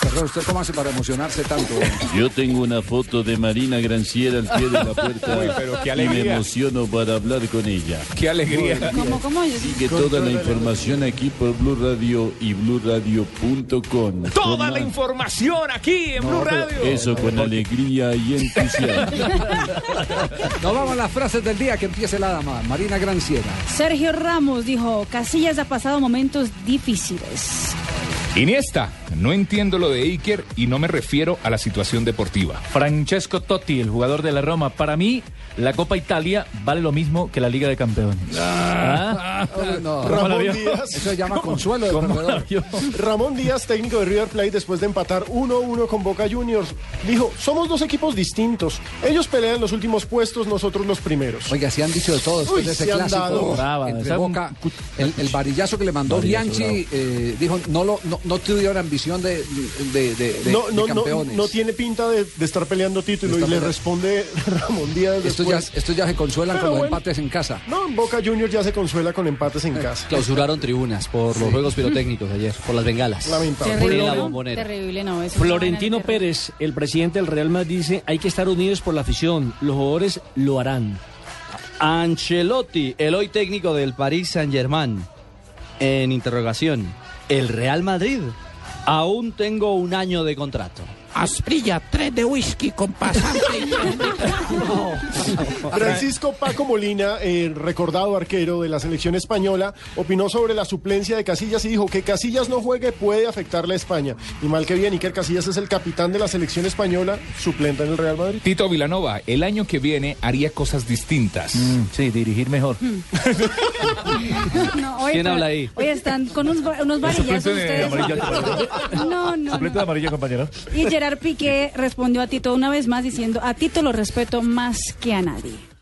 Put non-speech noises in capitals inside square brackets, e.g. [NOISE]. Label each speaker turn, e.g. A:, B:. A: Perdón, ¿usted cómo hace para emocionarse tanto?
B: Yo tengo una foto de Marina Granciera al pie de
C: [LAUGHS]
B: la puerta
C: Uy, pero qué
B: y me
C: alegría.
B: emociono para hablar con ella.
C: ¡Qué alegría!
D: ¿Cómo, cómo? Yo sí-
B: Sigue toda la información aquí por Blue Radio y BlueRadio.com.
C: Toda la información aquí en Blue Radio.
B: Eso con alegría y entusiasmo.
A: Nos vamos a las frases del día que empiece la dama, Marina Granciera.
D: Sergio Ramos dijo, Casillas ha pasado momentos difíciles.
C: Iniesta, no entiendo lo de Iker y no me refiero a la situación deportiva.
E: Francesco Totti, el jugador de la Roma. Para mí, la Copa Italia vale lo mismo que la Liga de Campeones. ¿Ah?
A: No,
E: ¿Cómo la vio?
A: eso se llama consuelo de
E: ¿Cómo la
A: perdedor.
E: vio?
F: Ramón Díaz, técnico de River Plate, después de empatar 1-1 con Boca Juniors, dijo: Somos dos equipos distintos. Ellos pelean los últimos puestos, nosotros los primeros.
A: Oiga, se han dicho de todo después
F: Uy,
A: de ese
F: se han
A: clásico
F: dado.
E: Brava,
A: entre
E: esa-
A: Boca. El, el varillazo que le mandó
E: Varillazo,
A: Bianchi eh, dijo, no, lo, no, no tuvieron ambición de, de, de- de-
F: No,
A: de
F: no, no,
A: campeones.
F: no tiene pinta de, de estar peleando título.
A: De
F: Y
A: estar
F: le
A: peleando.
F: responde [LAUGHS] Ramón Díaz
A: Esto ya,
F: después.
A: esto ya se consuelan
F: Pero
A: con los
F: bueno.
A: empates en casa.
F: No, Boca Juniors ya se consuela con empates
A: Eh,
F: en casa.
G: Clausuraron tribunas por los juegos pirotécnicos ayer, por las bengalas.
F: Lamentable.
G: Por la
D: ¿no?
G: bombonera.
D: Terrible, no. eso es una
H: Florentino
D: vaina terrible.
H: Pérez, el presidente del Real Madrid, dice, hay que estar unidos por la afición, los jugadores lo harán.
G: Ancelotti, el hoy técnico del Paris Saint-Germain, en interrogación. El Real Madrid, aún tengo un año de contrato.
E: Asprilla, tres de whisky con pasante.
F: Francisco Paco Molina, eh, recordado arquero de la selección española, opinó sobre la suplencia de Casillas y dijo que Casillas no juegue puede afectarle a España. Y mal que bien, Iker Casillas es el capitán de la selección española, suplente en el Real Madrid.
C: Tito Vilanova, el año que viene haría cosas distintas.
E: Sí, dirigir mejor.
D: No, oye,
G: ¿Quién
D: pero-
G: habla ahí?
D: Oye, están con unos, va- unos varillazos ustedes. No, no, no.
E: amarilla, compañero.
D: Y Gerard Piqué respondió a Tito una vez más diciendo, a Tito lo respeto más que a nadie.